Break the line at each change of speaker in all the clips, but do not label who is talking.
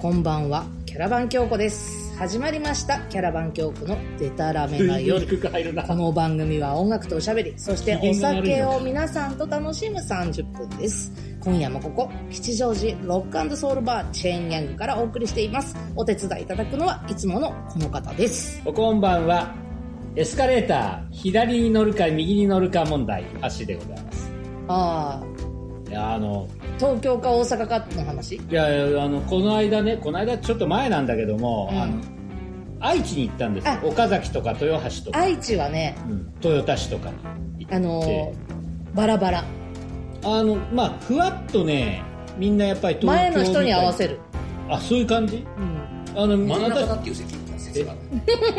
こんばんはキャラバン京子です始まりましたキャラバン京子のデタラメな夜
低く入るな
この番組は音楽とおしゃべりそしてお酒を皆さんと楽しむ30分です今夜もここ吉祥寺ロックソウルバーチェーンギャングからお送りしていますお手伝いいただくのはいつものこの方です
お こんばんはエスカレーター左に乗るか右に乗るか問題足でございます
ああ
いやあの
東京か大阪かの話
いやいやあのこの間ねこの間ちょっと前なんだけども、
うん
あの愛知に行ったんですよ
あ
岡崎とか豊橋とか、
愛知はね
うん豊田市とかに行って
あのーバラバラ
あのまあふわっとねみんなやっぱり東京
前の人に合わ
る
せる、
あそういう感じ
うん、
あの
真ん中だ
私
っていう説説があ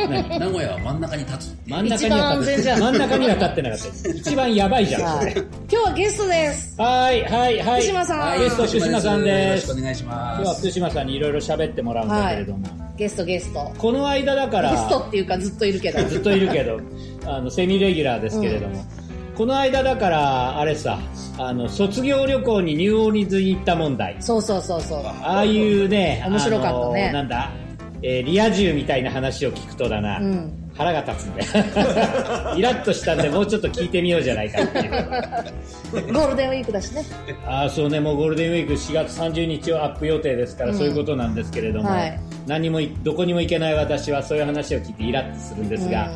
る
何
名古屋は真ん中に立つっていう
真ん中に
一
は立って
番安全じゃん
真ん中には立ってなかったです一番やばいじゃん
さあ今日はゲストです
はいはいは
福
い
島さん
ゲスト福島さんです
よろしくお願いし
今
ま
日は
す
福島さんにいろいろ喋ってもらうんだけれども、
ゲストゲスト
この間だか
ゲ
ら
ストっていうかずっといる けど
ずっとい るけどあのセミレギュラーですけれども、この間だからあれさあの卒業旅行にニューオーリンズに行った問題
そうそうそうそう
ああいうね
面白かったね
あのなんだ、えーリア充みたいな話を聞くとだな、
うん
腹が立つんで イラッとしたんでもうちょっと聞いてみようじゃないかっていう
ゴールデンウィークだしね
ああそうねもうゴールデンウィーク4月30日をアップ予定ですから、
うん
そういうことなんですけれども、
はい
何もいどこにも行けない私はそういう話を聞いてイラッとするんですが、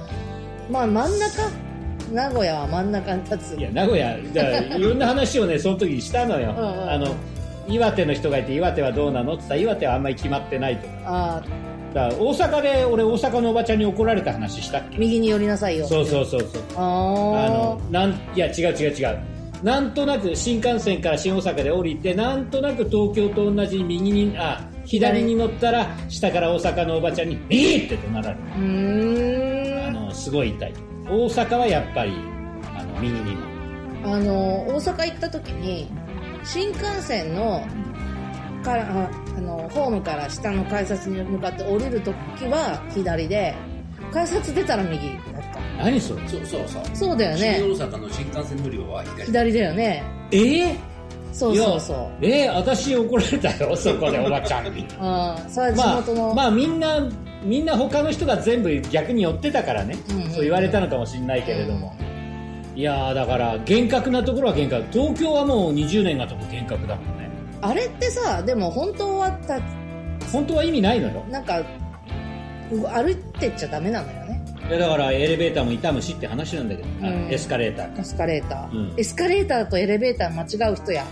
うんまあ真ん中名古屋は真ん中に立つ
いや名古屋だからいろんな話 をねその時にしたのよ、
うんうん
あの岩手の人がいて岩手はどうなのって言ったら岩手はあんまり決まってないとか
ああ
だから大阪で俺大阪のおばちゃんに怒られた話したっけ
右に寄りなさいよ
そうそうそうそう
あ
あ
あ
のなんいや違う違う違うなんとなく新幹線から新大阪で降りてなんとなく東京と同じ右にあ左に乗ったら下から大阪のおばちゃんに「えー!」って怒鳴られる
うー
あ
ん
のすごい痛い大阪はやっぱりあの右にも
あの大阪行った時に新幹線のからああのホームから下の改札に向かって降りる時は左で改札出たら右だっ
何それ
そうそうそう
たそうだよね
新大阪の新幹線乗り場は左
左だよね
えー、
そうそうそう
えー、私怒られたよそこでおばちゃんに
うんそれ
ま
は地元の、
あ、まあみんなみんな他の人が全部逆に寄ってたからね、
うんうんうん
そう言われたのかもしれないけれども、いやーだから厳格なところは厳格東京はもう20年がとこ厳格だもんね
あれってさでも本当はた
本当は意味ないのよ
なんかう歩いてっちゃダメなのよね
いやだからエレベーターも痛むしって話なんだけど、あ
うん
エスカレーターか
エスカレーター、
うん
エスカレーターとエレベーター間違う人や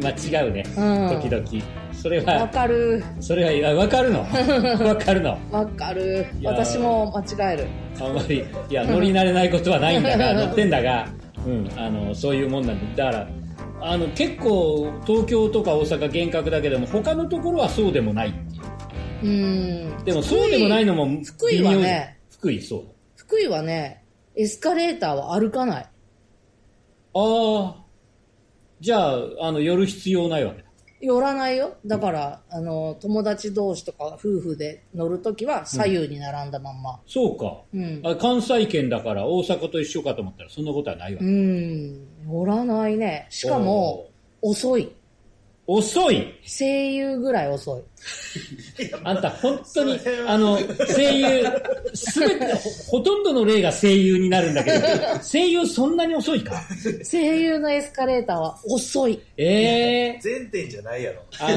まあ違うね、
うん
時々それ
わ
は
かる
それはあわ かるのわかるの
わかる
いやー
私も間違える
あんまりいや乗り慣れないことはないんだ が乗ってんだが、うん、あのそういうもんなんでだからあの結構東京とか大阪厳格だけども他のところはそうでもないってい
う
う
ん
でもそうでもないのも
福井は
微妙
ね
福井そう
福井はねエスカレーターは歩かない
ああじゃああの寄る必要ないわけだ
寄らないよだから、あの友達同士とか夫婦で乗るときは左右に並んだまんま
そうか、
うん
あ関西圏だから大阪と一緒かと思ったらそんなことはない
う
わけ、
ん寄らないねしかも遅い
遅い
声優ぐらい遅い
あんた本当に、あの、声優、すべて、ほほとんどの例が声優になるんだけど、声優そんなに遅いか
声優のエスカレーターは遅い
ええ
全店じゃないやろ。
あ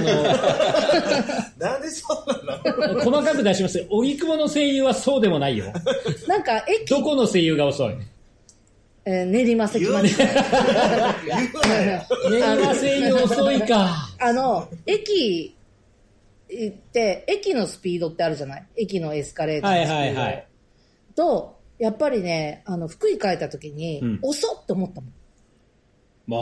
なんでそうなの
の、細かく出しますよ。荻窪の声優はそうでもないよ。
なんか駅、
どこの声優が遅い
えー練馬関まで
言うなよ。
練馬声優遅いか。
あの駅行って駅のスピードってあるじゃない駅のエスカレーターのス
はい
ピード、
はいはい。
とやっぱりねあの福井帰った時に、
うん
遅っって思ったもん
まあ、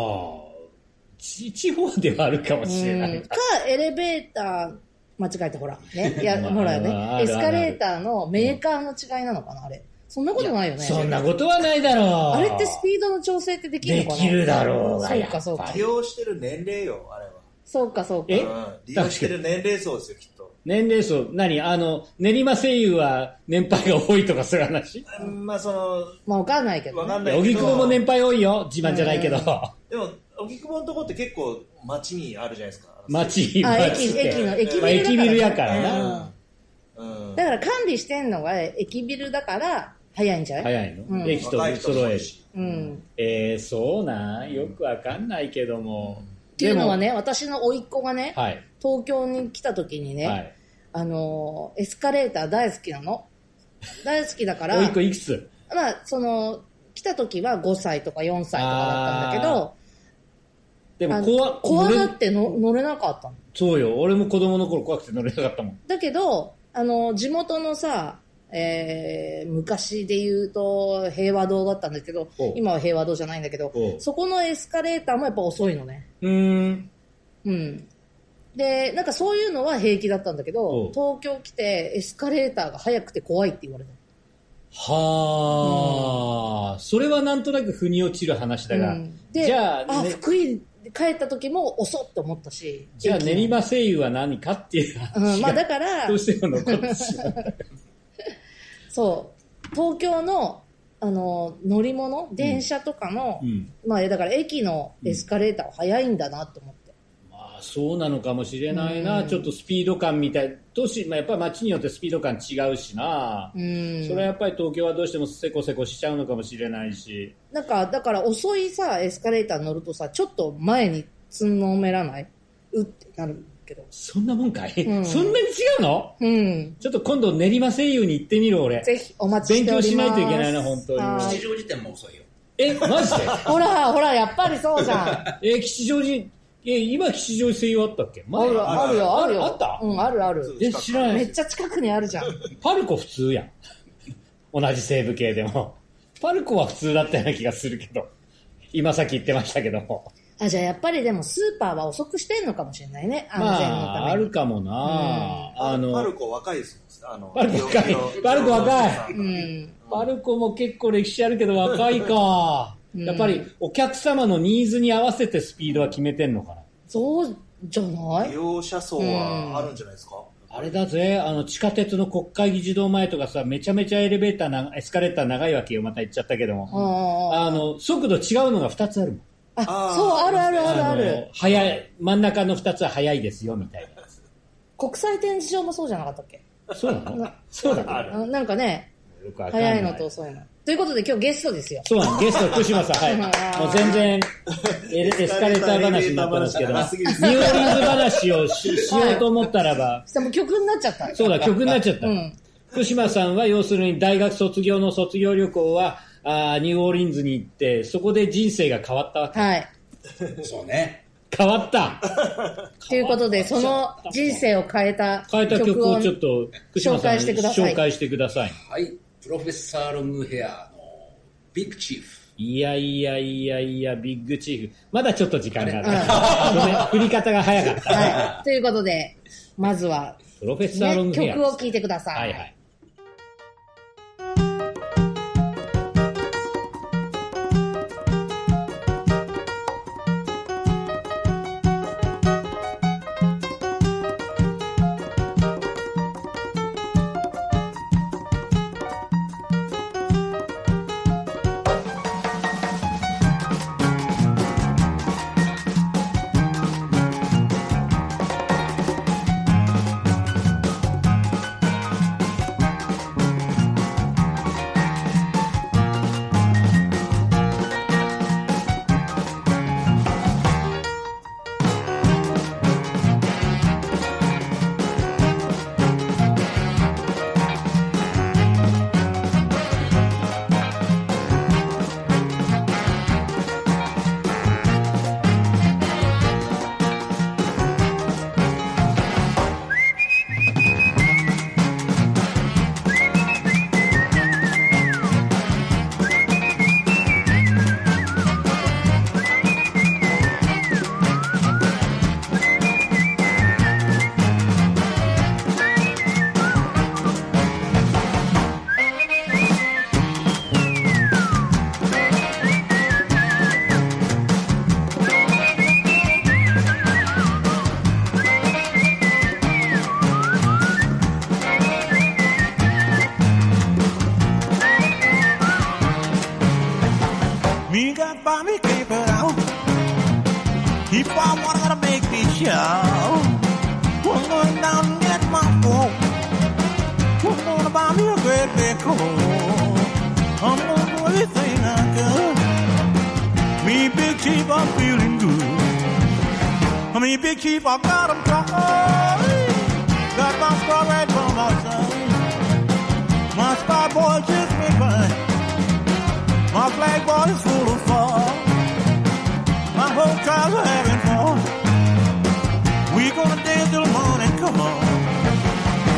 ち地方ではあるかもしれな
うん
い。
かエレベーター間違えてほらねいや
まあ
ほら
あるあ
ね
る
エスカレーターのメーカーの違いなのかなあれそんなことないよね
そんなことはないだろう。
あれってスピードの調整ってできるのかな
できるだろうが
そうかそう
やっ
か
ぱ
利用してる年齢よ、あれは。
そうかそうか
え
うん利用してる年齢層ですよ、きっと。
年齢層、何あの、練馬声優は年配が多いとかそういう話
うんまあ、そ
まあわかんないけ
の、わ
ど、
かん
ね、
ないけ
荻
ど。
窪 も年配多いよ自慢じゃないけど、
でも、荻窪のとこって結構街にあるじゃないですか。
町、
あ
町
駅
って
駅の駅ビルだからね
まあ駅ビルやからな。
うん
だから管理してんのが駅ビルだから早いんじゃない、
早いの、
うん
駅と揃える。
うん、
えー、そうなんよくわかんないけども。
っていうのはね私の甥っ子がね、
でも。はい。
東京に来た時にね、
はい。
あのーエスカレーター大好きなの大好きだから
おいっ子いくつ
まあその来た時は5歳とか4歳とかだったんだけど
で
あ
も
の
怖
怖が
俺
っての乗れなかったの
そうよ。俺も子供の頃怖くて乗れなかったもん。
だけどあの地元のさ、えー昔で言うと平和堂だったんだけど
おう
今は平和堂じゃないんだけど
おう
そこのエスカレーターもやっぱ遅いのね
うーん。
うんでなんかそういうのは平気だったんだけ
お
ど東
う
京来てエスカレーターが速くて怖いって言われた
はあ、それはなんとなく腑に落ちる話だが、
うんで
じゃあ、
あ、
ね、
福井帰った時も遅っと思ったし
じゃあ練
駅も
馬声優は何かってい
う
う
ん
話
まあ、
が、
だから
どうしても残ってし まう。
そう東京のあの乗り物電車とかの、
うん
まあ、だから駅のエスカレーターは早いんだなと思って、
まあ、そうなのかもしれないな、
うん
ちょっとスピード感みたい、都市、まあ、やっぱり街によってスピード感違うしな、
うん
それはやっぱり東京はどうしてもせこせこしちゃうのかもしれないし、
なんかだから遅いさエスカレーター乗るとさちょっと前につんのめらないうってなるけど
そんなもんかい、
うん
そんなに違うの
うん
ちょっと今度練馬声優に行ってみる俺。
ぜひお待ちしております
勉強しないといけないな本当に
は
吉
い
祥寺店も遅いよ。
え、マジで
ほらほらやっぱりそうじ ゃん
えー吉祥寺、えー今吉祥寺声優あったっけ
あ
前
るあるよあるよ
あった
うんあるある
そう
え、知らな
め
い
っ。ちゃ近くにあるじゃん
パルコ普通やん。同じ西部系でも。パルコは普通だったような気がするけど。今さっき言ってましたけども。
あじゃあやっぱりでもスーパーは遅くしてんのかもしれないね安
ま
全の
あ、あ
ために、
るかもな、あ
パル
の、
コ若いですもんあの
パルコ若いパルコ若
う。ん
パルコも結構歴史あるけど若いか。
うん
やっぱりお客様のニーズに合わせてスピードは決めてんのかな。
そうじゃな
利
い
用者層はあるんじゃないですか
あれだぜ、あの地下鉄の国会議事堂前とかさ、めちゃめちゃエレベーターな、エスカレーター長いわけよ、また行っちゃったけども。
あ
あの、速度違うのが2つあるもん。
あ
あー
そうあるあるあるあ
の
る
早い、真ん中の2つは早いですよ、みたいなや
国際展示場もそうじゃなかったっけ
つ。そうなの
な
そうなの
あ
あのなんかね
よくわかんな
早いのと遅いのということで今日ゲストですよ
そうなの、ゲスト福島さん、
あ
はい。
ー
もう全然、エ レエスカレーター話になってますけど、ニューオリンズ話をししようと思ったら ば、
でも曲になっちゃった
そうだ、曲になっちゃった。
うん
福島さんは要するに大学卒業の卒業旅行はあーニューオーリンズに行ってそこで人生が変わったわけ
はい
そうね。
変わった
ということでその人生を変えた
変えた曲をちょっ
と
と福島さ
紹
ん
介してください
紹介してください
はい。プロフェッサー・ロングヘアのビッグチーフ。
いやいやいやいやビッグチーフまだちょっと時間があるごめん振り方が早かった
はいということでまずは、
プロフェッサーロン
ね、
グヘア
曲を聴いてくださ
はい
い
はい
We got Bobby Caper out. He found one to make me shout. I mean, Big Chief, I got him covered. Got my spy right from my side. My spy boy just me fine. My flag boy is full of fun. My whole tribe's having fun. We gonna dance till the morning, come on.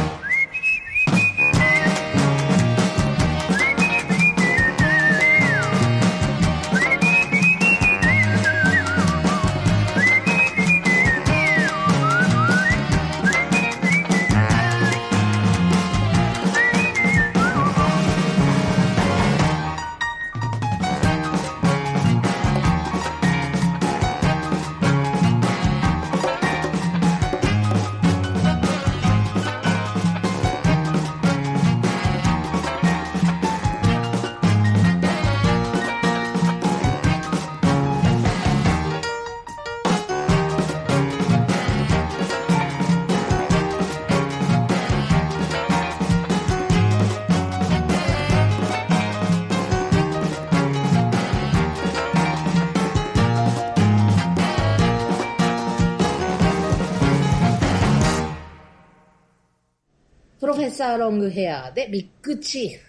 「プロフェッサーロングヘア」でビッグチーフ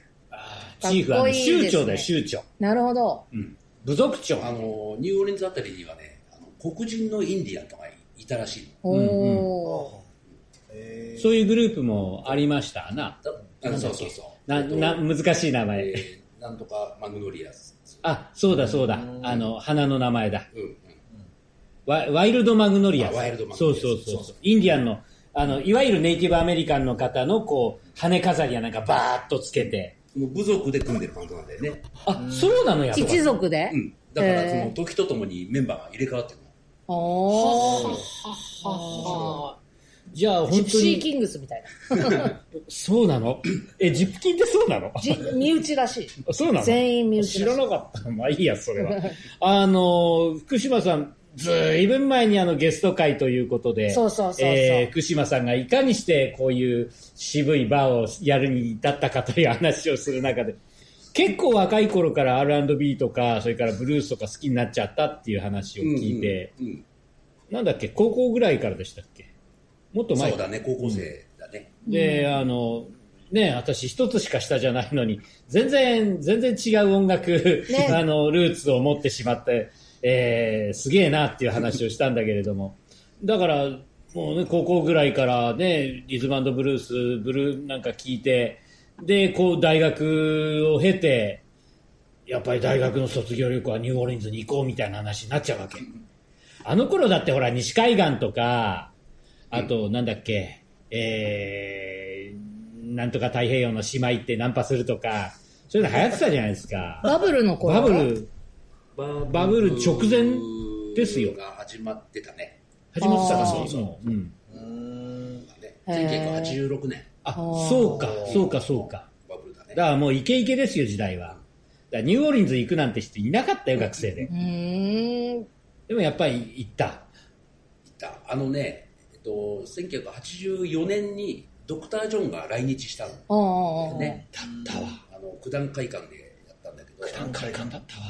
チーフはあの
かっこいいですね
州長だよ、州長。
なるほど
部族長。
あの、ニューオーリンズあたりにはね、あの黒人のインディアンとかいたらしいの。
おお
え
そういうグループもありましたな。
だあのそうそうそう。
な、な、難しい名前。
えーなんとかマグノリアス。
あ、そうだそうだ。あの、花の名前だ。
うんうん。
ワワイルドマグノリアス。
あワイルドマグノリアス
そうそうそう
そうそう
インディアンの、あの、いわゆるネイティブアメリカンの方の、こう、羽飾りやなんかバーッとつけて。
もう部族で組んでるバンドなんだよね。
あ、そうなのやっぱ
一族で
うん。だから、そ
へ
の
ー
時とともにメンバーが入れ替わってるの。
おー
じゃあ
ジプ
本当
シー
に、
キングスみたいな
そうなのえ、ジプキンってそうなの
じ身内らしい
そうなの
全員身内らしい
知らなかった。まあいいや、それは。 あの、福島さん、ずいぶん前にあのゲスト会ということで、
そうそうそうそう
えー福島さんがいかにしてこういう渋いバーをやるに至ったかという話をする中で、結構若い頃から R&B とか、それからブルースとか好きになっちゃったっていう話を聞いて、
うんうん
なんだっけ、高校ぐらいからでしたっけもっと
うん
前
そう
か
だね、高校生だね。
で、あの、ね、私一つしか下じゃないのに、全然、全然違う音楽、
ね
あの、ルーツを持ってしまって、えー、すげえなっていう話をしたんだけれども。だから、もうね、高校ぐらいからね、リズムブルース、ブルーなんか聞いて、で、こう、大学を経て、やっぱり大学の卒業旅行はニューオーリンズに行こうみたいな話になっちゃうわけ。あの頃だってほら、西海岸とか、あと、なんだっけ、えー、なんとか太平洋の島行ってナンパするとか、そういうの流行ってたじゃないですか。
バブルの頃
バブル、バブル直前ですよ
が始まってたね。
始まってたか
あー
ら、そうそう。うん。
ね
へー
1986年。
あ、
ー
そうか、そうか、そうか。
バブルだね。
だからもうイケイケですよ、時代は。だからニューオーリンズ行くなんて人いなかったよ、学生で
う。ーん
でもやっぱり行った。
いたあのね、えっと、1984年にドクター・ジョンが来日したの
ああ
ね、
だったわ。
あの九段会館でやったんだけど、
なんかいかんだったわ。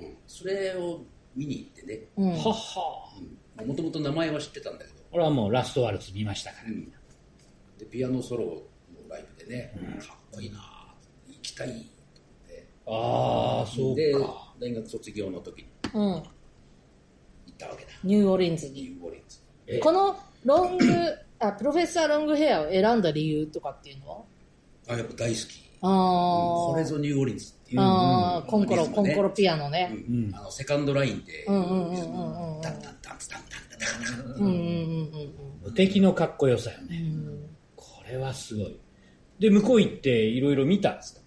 うん、それを見に行ってね、
うん
はっは
もともと名前は知ってたんだけど、
俺はもうラストワルツ見ましたから。
うんでピアノソロのライブでね、かっこいいなあ、行きたいと
ああ、そ
思
う
って、で
か。
大学卒業の時に
うん
行ったわけだ、
ニューオーリンズ
ニ
に
ューオーリンズ。
え
このロングあプロフェッサーロングヘアを選んだ理由とかっていうのは
あやっぱ大好き、
あ
これ
ー
ぞニューオーリンズっていう、
あーコンコロ
リズムね
コンコロピアノね
うんあのセカンドラインで、
うんうんうんうんうん
タンタンタンタンタンタ
うんう
ンタン
んうんうん
無敵のかっこよさよね。
うん
これはすごい。で、向こう行っていろいろ見たんですか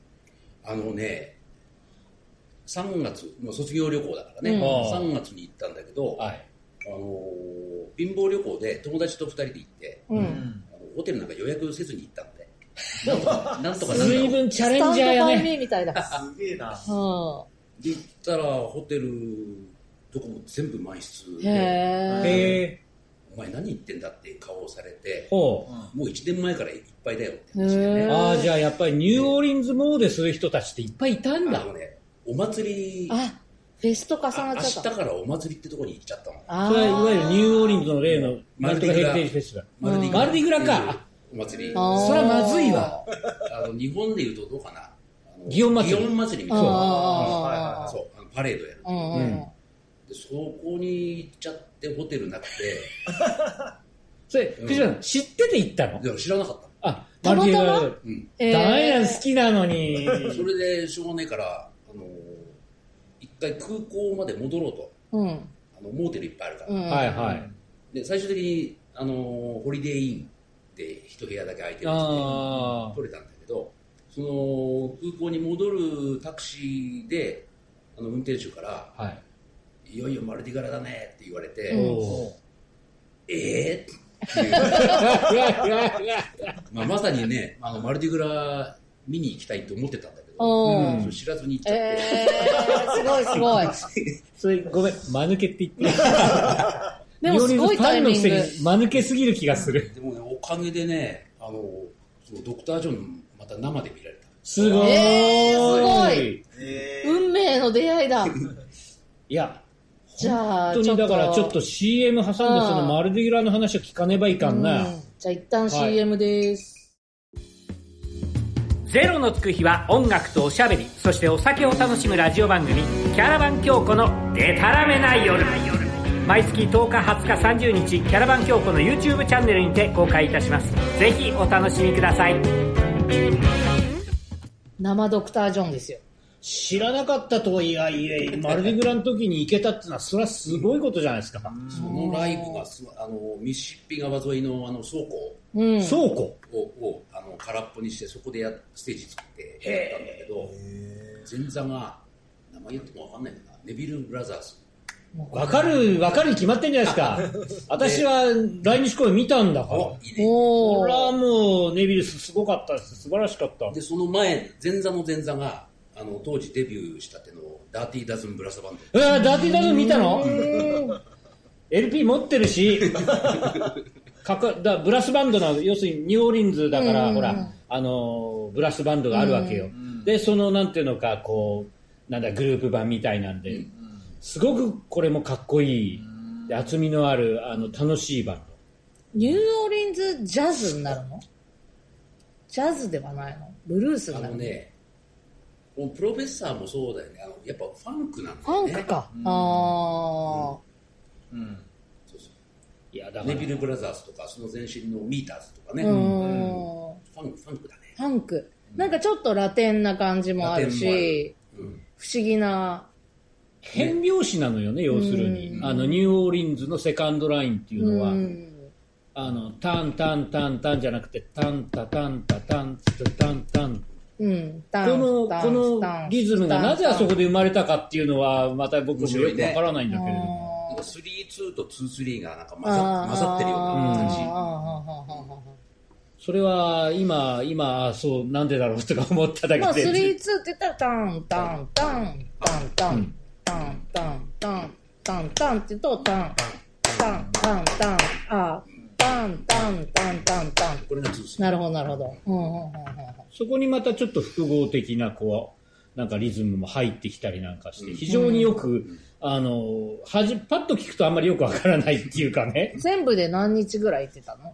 あのね、3月、まあ、卒業旅行だからね、
うん
3月に行ったんだけど、あ
い。
のー貧乏旅行で友達と2人で行って、
う
ーうんん
あのホテルなんか予約せずに行ったんで、なんとかなんだろ
随
う
分チャ
スタ
レ
ン
ン
ド
ジャーや
バイ
ね。
ミーみたいだ
すげえな。
うん
で行ったら、ホテル、どこも全部満室で、
へえ
へえ。
お前何言ってんだって顔をされて、
ほう。
もう1年前からいっぱいだよって話でね、
ああ、
へ
じ
え
ゃあやっぱりニューオーリンズモーデする人たちっていっぱいいたん
あ
だ。
のね、お祭り
あフェスと重なっ
明
ちゃ
日
った。
からお祭りってとこに行っちゃったの。
あ
それはいわゆるニューオーリンズの例の
マ
なん
ル
と
デ
かヘリテー
ィグラ
ジフェスティバル。
マルディ
マルディグラか。
お祭り。
あー
それはまずいわ。
あの日本でいうとどうかな。
祇園祭り
祇園祭りみたいな。
あ
そう、あのパレードやる
ー。うんうんうん
でそこに行っちゃってホテルなくて、
それ、藤田さん、知ってて行ったの
でも知らなかった。
あ、
たまたま
マルディグラ
うん。
えー
ダメなん好きなのに。
それでしょうがないから、あのー一回空港まで戻ろうと。
うん
あのモーテルいっぱいあるから。
うん
はいはい。
で最終的にあのーホリデーインで一部屋だけ空いてるん
あ
取れたんだけどその空港に戻るタクシーであの運転手から
あ。はい。
「いよいよマルディガラだね」って言われて
う
「
ん
おー
えー、っていう、まあ、まさにねあのマルディガラ見に行きたいと思ってたんだけど、
う
そ
ん。
れ知らずに行っちゃって、
えー、すごいすごい。
それ、ごめん、間抜けって言って。
でもすごいタイミング
日。本人のファンのくせに間抜けすぎる気がする。
でもねおかげでねあのそのドクター・ジョンまた生で見られた
すごーい。
えーすごい
えー
運命の出会い だ。
いや、
じゃあ、
本当にだからちょっと CM 挟んで、そのマルディグラの話を聞かねばいかんな。
うんじゃあ一旦 CM です。
ゼロのつく日は音楽とおしゃべり、そしてお酒を楽しむラジオ番組、キャラバン京子のデタラメな夜。毎月10日、20日、30日、キャラバン京子の YouTube チャンネルにて公開いたします。ぜひお楽しみください。
生ドクター・ジョンですよ。
知らなかったとはいやいや、マルディグラの時に行けたってのは、それはすごいことじゃないですか。
そのライブがすごいあのミシシッピ川沿いのあの倉庫
うん。
倉庫。
ををあの空っぽにしてそこでやステージ作ってやったんだけど前座が名前言っても分かんないかなネビル・ブラザーズ
わかる、わかるに決まってんじゃないですか。私は来日公演見たんだから。
おいいね
こ
お
れは
ー。
もう、ネビルスすごかったです。素晴らしかった。
でその前前座の前座があの当時デビューしたてのダーティー・ダズン・ブラスバンド
うわ、ダーティーダズン見たの ?LP 持ってるし、かかだブラスバンドなの、要するにニューオーリンズだから、
うん
ほら、あのーブラスバンドがあるわけよ。で、その、なんていうのか、こう、なんだ、グループ版みたいなんで、すごくこれもかっこいい、で厚みのある、あの、楽しいバン
ニューオーリンズ・ジャズになるのジャズではないのブルース
あ
にな
の
るの、
ねこのプロフェッサーもそうだよねあのやっぱファンクなんだ
ファ
よ
ン
ね
クか。あ
うん
そうそう
ド。いや、だか
ネ
ら
ビ、ル・ブラザーズとかその前身のミーターズとかね、
ー。う
フ
ん。
ァンクファンクだね
ファンク。なんかちょっとラテンな感じもある
ラ
し、
テンもあるうん
不思議な。
変拍子なのよね、要するに。あの、ニューオーリンズのセカンドラインっていうのは。
うん。
あの、タンタンタンタンじゃなくて、タンタタンタタンタタンタン。
うん。
こ
タン
の、
タン
こ
タン
のリズムがなぜあそこ
タン
で生まれたかっていうのは、また僕も
面白
よ
い
く
ね
わからないんだ
タ
け
ン
れども。
あー
なんか3-2と2-3がなんか混
あ
ざ
ー
混ざってるような感じ。
あーあーあーあーあー
それは、今、今、そう、なんでだろうとか思っただ
まあ、
け
スリー
で。
ツーって言ったら、タン、タン、タン、タン、タン、タン、タン、タン、タン、タンって言うと、タン、タン、タン、タン、あ、タン、タン、タン、タン、タン。
これが2-3。
なるほど、なるほど。うんうんうんうん
そこにまたちょっと複合的な、こう、なんかリズムも入ってきたりなんかして、非常によく、あの、はじ、パッと聞くとあんまりよくわからないっていうかね
うん。全部で何日ぐらい行ってたの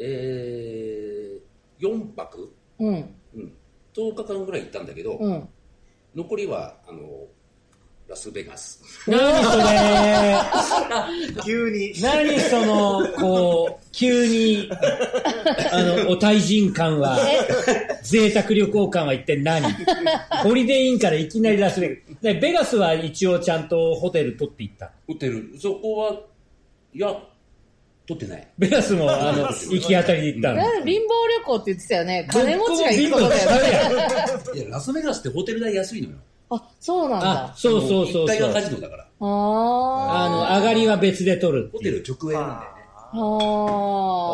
えー、4泊、
うん、
うん、10日間ぐらい行ったんだけど、
うん。
残りはあのラスベガス
何それ
急に
何その、こう、急に、あの、お退陣感は、贅沢旅行感は一体何ホリデーインからいきなりラスベガス。で、ベガスは一応ちゃんとホテル取っていった。
ホテルそこはいや取ってない
ベガスも、あの、行き当たりで行った
な
の。
んで貧乏旅行って言ってたよね。金持ちが行くことだよね。
よね。
いやラスベガスってホテル代安いのよ
あ、そうなん
あ
だ、。
そうそうそう
一
そ
帯がカ
う。
ジノだから
あ
あの、上がりは別で取るって
ホ
いう。
テル直営なんだよね
ー。あ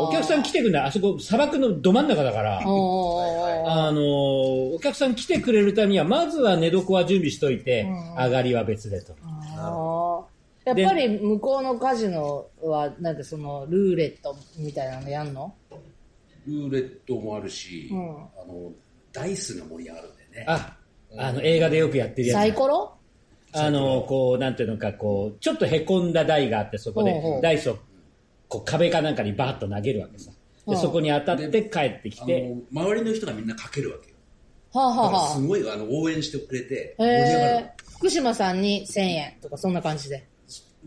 お客さん来てくんない。あそこ、砂漠のど真ん中だから。
おー
あのーお客さん来てくれるためには、まずは寝床は準備しといて、上がりは別でと。
あーやっぱり向こうのカジノは、なんかその、ルーレットみたいなのやんの
ルーレットもあるし、
うん
あのダイスが盛り上がるんだよね
あ、あの、映画でよくやってるやつ。
サイコロ
あの、こう、なんていうのか、こう、ちょっとへこんだ台があって、そこ
ほうほ
で
う
台をこう壁かなんかにバーッと投げるわけさ。
う
で、
ん
そこに当たって帰ってき
あ
て、
の周りの人がみんなかけるわけよ
はあ、はあ
だからす
は
ごいあの応援してくれて
あ、
盛り上がる
えー、福島さんに1000円とかそんな感じで。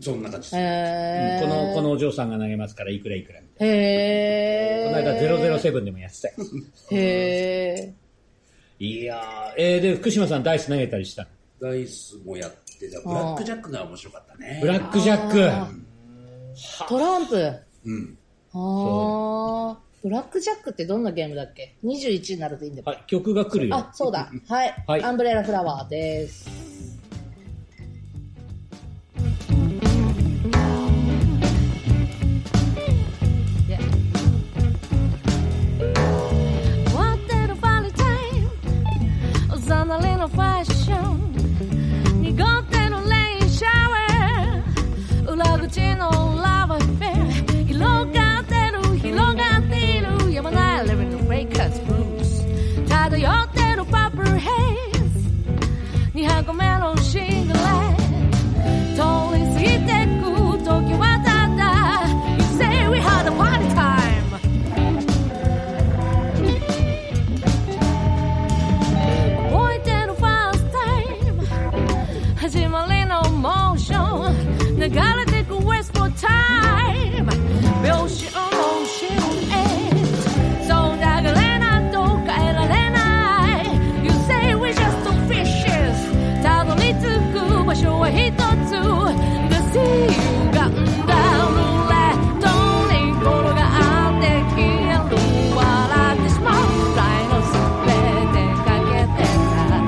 そんな感じです
へー
この、このお嬢さんが投げますから、いくらいくらみたい
へ
な。
ー
この間007でもやってたよ。
へー
いやー、えー、で、福島さんダイス投げたりしたの
ダイスもやってたブラックジャックが面白かったね
ブラックジャック。
あトランプ。
うん
ああ。ブラックジャックってどんなゲームだっけ ?21 になるといいんだっけ
はい、曲が来るよ
あ。、そうだ。はい。
はい
アンブレラフラワーです。
Wanted a valentine, on a little fashion. 濁ってるレインシャワー裏口のラバーフェア広がってる広がっているやまないレベルのフレイカーズブルース漂ってるパープルヘイズ2箱目のシングレ通り過ぎてく時はただ You say we had a party time 覚えてるファーストタイム始まりのモーション流れてくウエストタイム秒針モーションへそう流れなど変えられない eh. You say we just fishes たどり着く場所は一つ The sea が生んだルーレットに転がって消える笑ってしまうライのすべてかけてた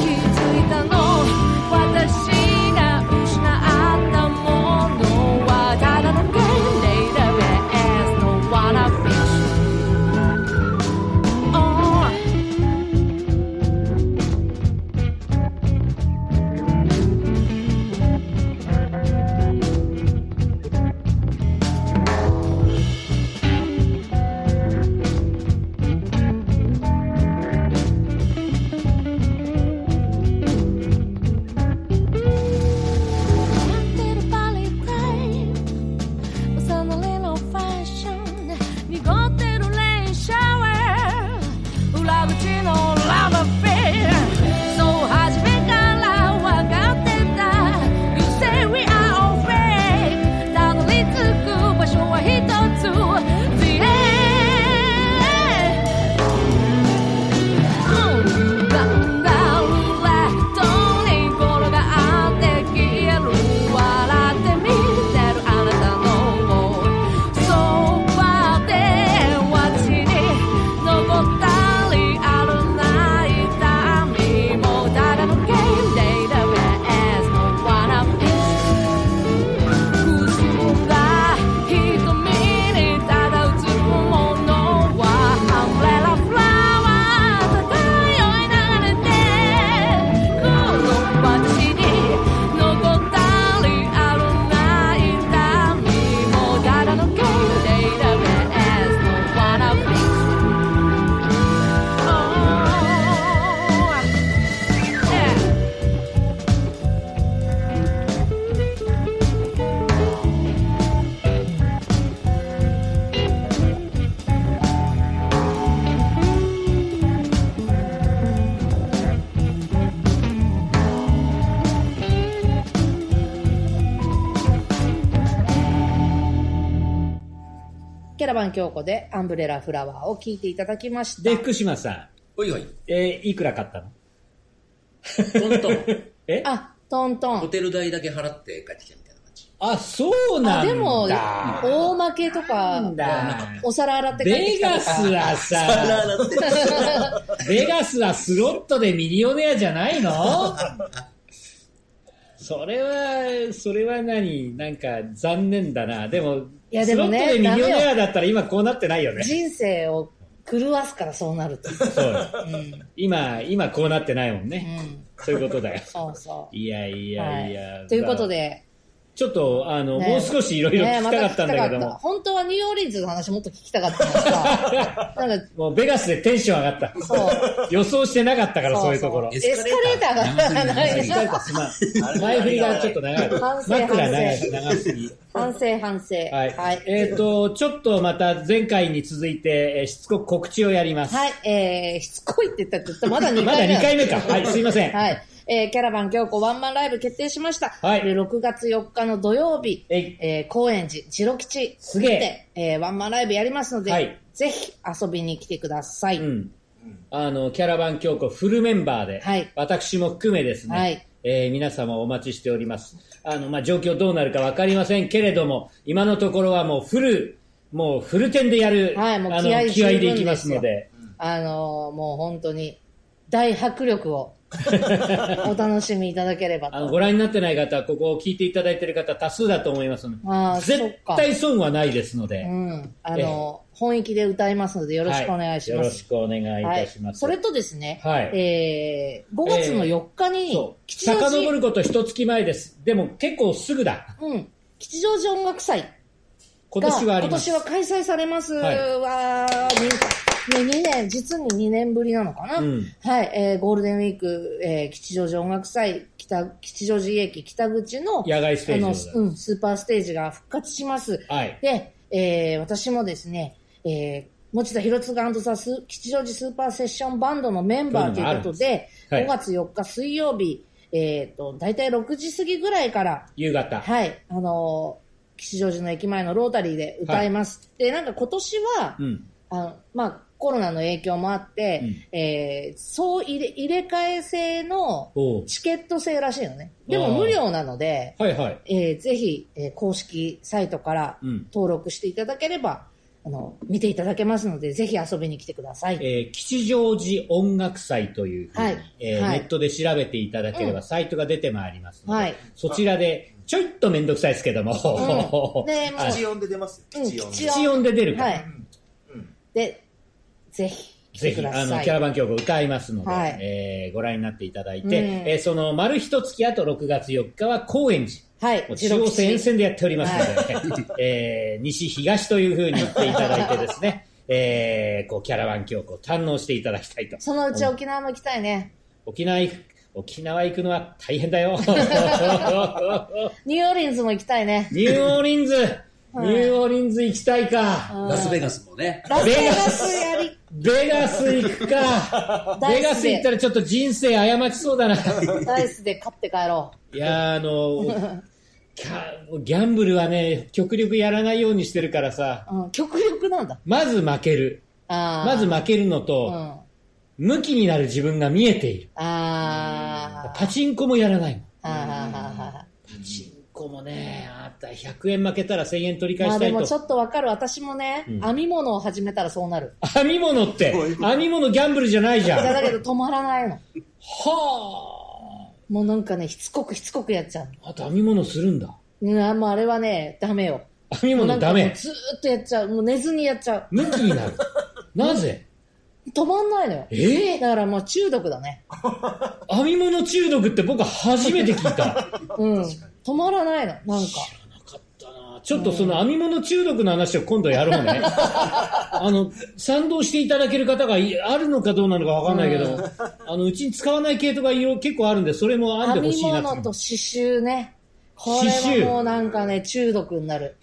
気づいたの私が失ったものはただのゲームデータベースのワラフィッシュ Oh 「やってるバレータイム」「そのレのファッション」「濁ってるレインシャワー」「裏口のラバーフェア」「そう初めからわかってた」「You say we are all fake」「たどり着く場所はひとつ」「The end」「だんだんレッドに転がって消える」「笑って見てるあなたのそばで街に残ったりあるない痛みもただのゲームデータベースのワナピース」「くすんだ瞳にただ映るものはアンブレラフラワー」「漂い流れてこの街に残ったりあるない痛みもただのゲームデータベースのワナビス」「Oh
キャラバン京子でアンブレラフラワーを聴いていただきました
で、。福島さ
おいおい
ん、えー、いくら買ったの
トントン
えあ
あ、トント
ホ
ン。
テル代だけ払って帰ってきたみたいな感じ
そうな
あ、
んだ。
でも、大負けと
なん
か、
だ。
お皿洗って帰って
ベ
きた
ガ
とか。
スはさ、ベガスはスロットでミリオネアじゃないのそれは、それは何なんか残念だな。でも、
いやでもね
スロットでミリオネアだったら今こうなってないよね。
人生を狂わすからそうなると。
そうよ今、今こうなってないもん
う
ね。
ん。
そういうことだよ。
そうそう。
いやいやいや。
はいということで、
ちちょっと、あの、
ね
もう少しいろいろ聞きたかったん
ねまた
だけど
聞きたかった
も、
本当はニューオーリンズの話もっと聞きたかったのに さなんか
もうベガスでテンション上がった。
そう
予想してなかったから、そういうところ。
エスカレーターがな
エ
い
ス
なんかすまん前振りがちょっと長い。
反省
枕長い長すぎ。
反省反省
は。
はいい、
えっ、と、ちょっとまた前回に続いて、えーしつこく告知をやります。
はい、えー、しつこいって言ったらちょっとまだ2
まだ
回目
2回目か。はい、すいません。
はい。えーキャラバン京子ワンマンライブ決定しました。
はい
で6月4日の土曜日、
えい
えー高円寺、白吉
すげえ
で、えーワンマンライブやりますので、
はい
ぜひ遊びに来てください。
うん。あの、キャラバン京子フルメンバーで、
はい
私も含めですね、
はい
えー皆様お待ちしております。あの、まあ、状況どうなるかわかりませんけれども、今のところはもうフル、もうフルテンでやる、
はいもう
あの
気合い
気合
十分
でいきますので、
あのーもう本当に大迫力 をお楽しみいただければ
あ
と。
の、ご覧になってない方、ここを聞いていただいている方多数だと思います
あ
の
ー
で、
そっ
絶
か
対損はないですので、
うん。あのー本域で歌いますのでよろしくお願いします。
はよろしくお願いいたします。
それとですね、
はい
えー5月の4日に、
そう。
吉祥
遡
寺
ること一月前です。でも結構すぐだ。
うん、吉祥寺音楽祭
今
が
年はあります。
今年は開催されます、
はい
わーにね2年、実に2年ぶりなのかな、
うん
はいえーゴールデンウィーク、えー吉祥寺音楽祭、北吉祥寺駅北口の
野外ステージでございます
あの、うん、スーパーステージが復活します。
はい
で、えー私もですね、えー持田博次さす吉祥寺スーパーセッションバンドのメンバーということで、
そうい
5
うのがあ
月4日水曜日、えっ、と、だいたい6時過ぎぐらいから、
夕方。
はい、あのー吉祥寺の駅前のロータリーで歌います。で、なんか今年は、
うん。
あのまあ、コロナの影響もあって、えーそう入れ入れ替え制の
おう
チケット制らしいのね。で
あー
も無料なので、
はいはい。
えーぜひ、えー公式サイトから
うん
登録していただければ、あの見ていただけますので、ぜひ遊びに来てください。
えー吉祥寺音楽祭というふうに、
はい
えー
はい
ネットで調べていただければ、サイトが出てまいりますので、
はい
そちらで、ちょいっとめんどくさいですけども、
うんでもう
はい
吉音で出ます
う
よ。
ん
吉音で。
吉
吉音で出るから、
はい。で、ぜひ来
ぜ
てく
ひ、
ださ
あの、
い。
キャラバン曲を歌いますので、
はい
えーご覧になっていただいて、
うん
えーその、丸一月あと6月4日は高円寺。
はい
もう中央線沿線でやっておりますので、 えー西、東というふうに言っていただいてですね、 えーこう、キャラバン曲を堪能していただきたいと。
そのうち沖縄も行きたいね。
沖縄行く、沖縄行くのは大変だよ。
ニューオーリンズも行きたいね。
ニューオーリンズ、ニューオーリンズ行きたいか。
ラスベガスもね。
ラスベガスやり、
ベガス行くか。ベガス行ったらちょっと人生過ちそうだな。
ダイスで勝って帰ろ
いやーあのキャギャンブルはね極力やらないようにしてるからさ
う。うん、極力なんだ。
まず負ける
あー
まず負けるの
う
と、
ん。
向きになる自分が見えている
あー
パチンコもやらないもん
あー。あ
パチンコもねあんた100円負けたら1000円取
ー
り返
まあ
した
で
い
もちょ
と
っとわかる。私もね、編み物を始めたらそうなる。
編み物って編み物ギャンブルじゃないじゃん
だけど止まらないの。
は
もうなんかね、しつこくしつこくやっちゃう。
ああと編み物するんだ
うん、あもうあれはね、ダメよ。
編み
もうな
物
んか
ダ
もう
メ
ずーっとやっちゃう。もう寝ずにやっちゃう。
向きになるなぜ
止まんないのよ。
え
だからもう中毒だね。
編み物中毒って僕初めて聞いた
うん。止まらないの、なんか。
ちょっとその編み物中毒の話を今度やろうね。 あの、賛同していただける方がいあるのかどうなのかわかんないけど、あの、うちに使わない系統が色々結構あるんで、それも編ん
編
でほ
み
しいな
物
と
と。刺繍ね。これはもうなんかね、中毒になる。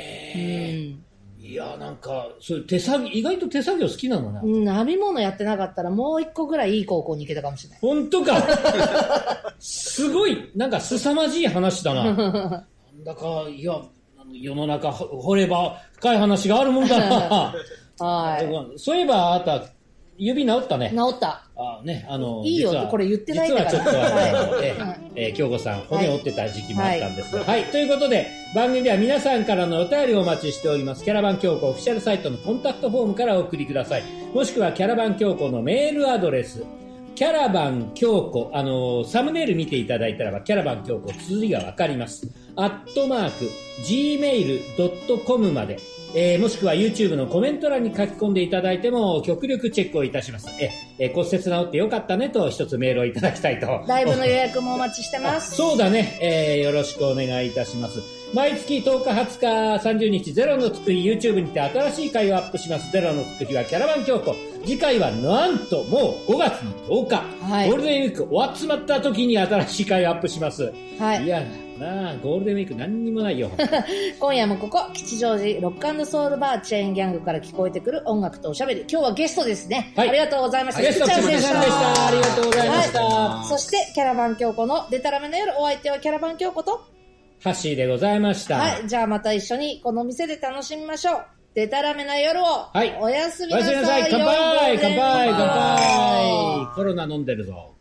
へ
いや、なんか、そう手作業、意外と手作業好きなのね。
うん。うん、編み物やってなかったらもう一個ぐらいいい高校に行けたかもしれない。
本当かすごい、なんか凄まじい話だな。なんだか、いや、あの世の中ほ掘れば深い話があるもんだな。
は
そういえば、あなた、指治ったね
い。。治った。
あね、あの、
いいよ
実は
これ言ってないんだから
実はちょっとあの、
はい
え
はい
えー京子さん、骨折ってた時期もあったんですが、はい、ということで、番組では皆さんからのお便りをお待ちしております。キャラバン京子オフィシャルサイトのコンタクトフォームからお送りください。もしくは、キャラバン京子のメールアドレス、キャラバン京子、あの、サムネイル見ていただいたらば、キャラバン京子、綴りがわかります。アットマーク、gmail.com まで、えーもしくは YouTube のコメント欄に書き込んでいただいても極力チェックをいたします。ええー骨折治ってよかったねと一つメールをいただきたいと。
ライブの予約もお待ちして ます。
そうだね、えーよろしくお願いいたします。毎月10日、20日、30日、ゼロのつく日 YouTube にて新しい回をアップします。ゼロのつく日はキャラバン京子。次回はなんともう5月の10日、
はい
ゴールデンウィーク終わっちまった時に新しい回をアップします。、
はいい。
やなあ、ゴールデンウィーク何にもないよ。
今夜もここ、吉祥寺ロックソウルバーチェーンギャングから聞こえてくる音楽とおしゃべり。今日はゲストですね。
はい
ありがとうございました。
ゲスト、
菊
木
池
村
亜生
さんでした。ありがとうございました。
はい。そして、キャラバン京子のデタラメの夜、お相手はキャラバン京子と、
ハッシーでございました。
はい。じゃあまた一緒にこの店で楽しみましょう。デタラメな夜を、
はい
おやすみ
お
な
やすみなさ
さ
い
い。。
乾杯乾杯乾
乾杯
杯コロナ飲んでるぞ。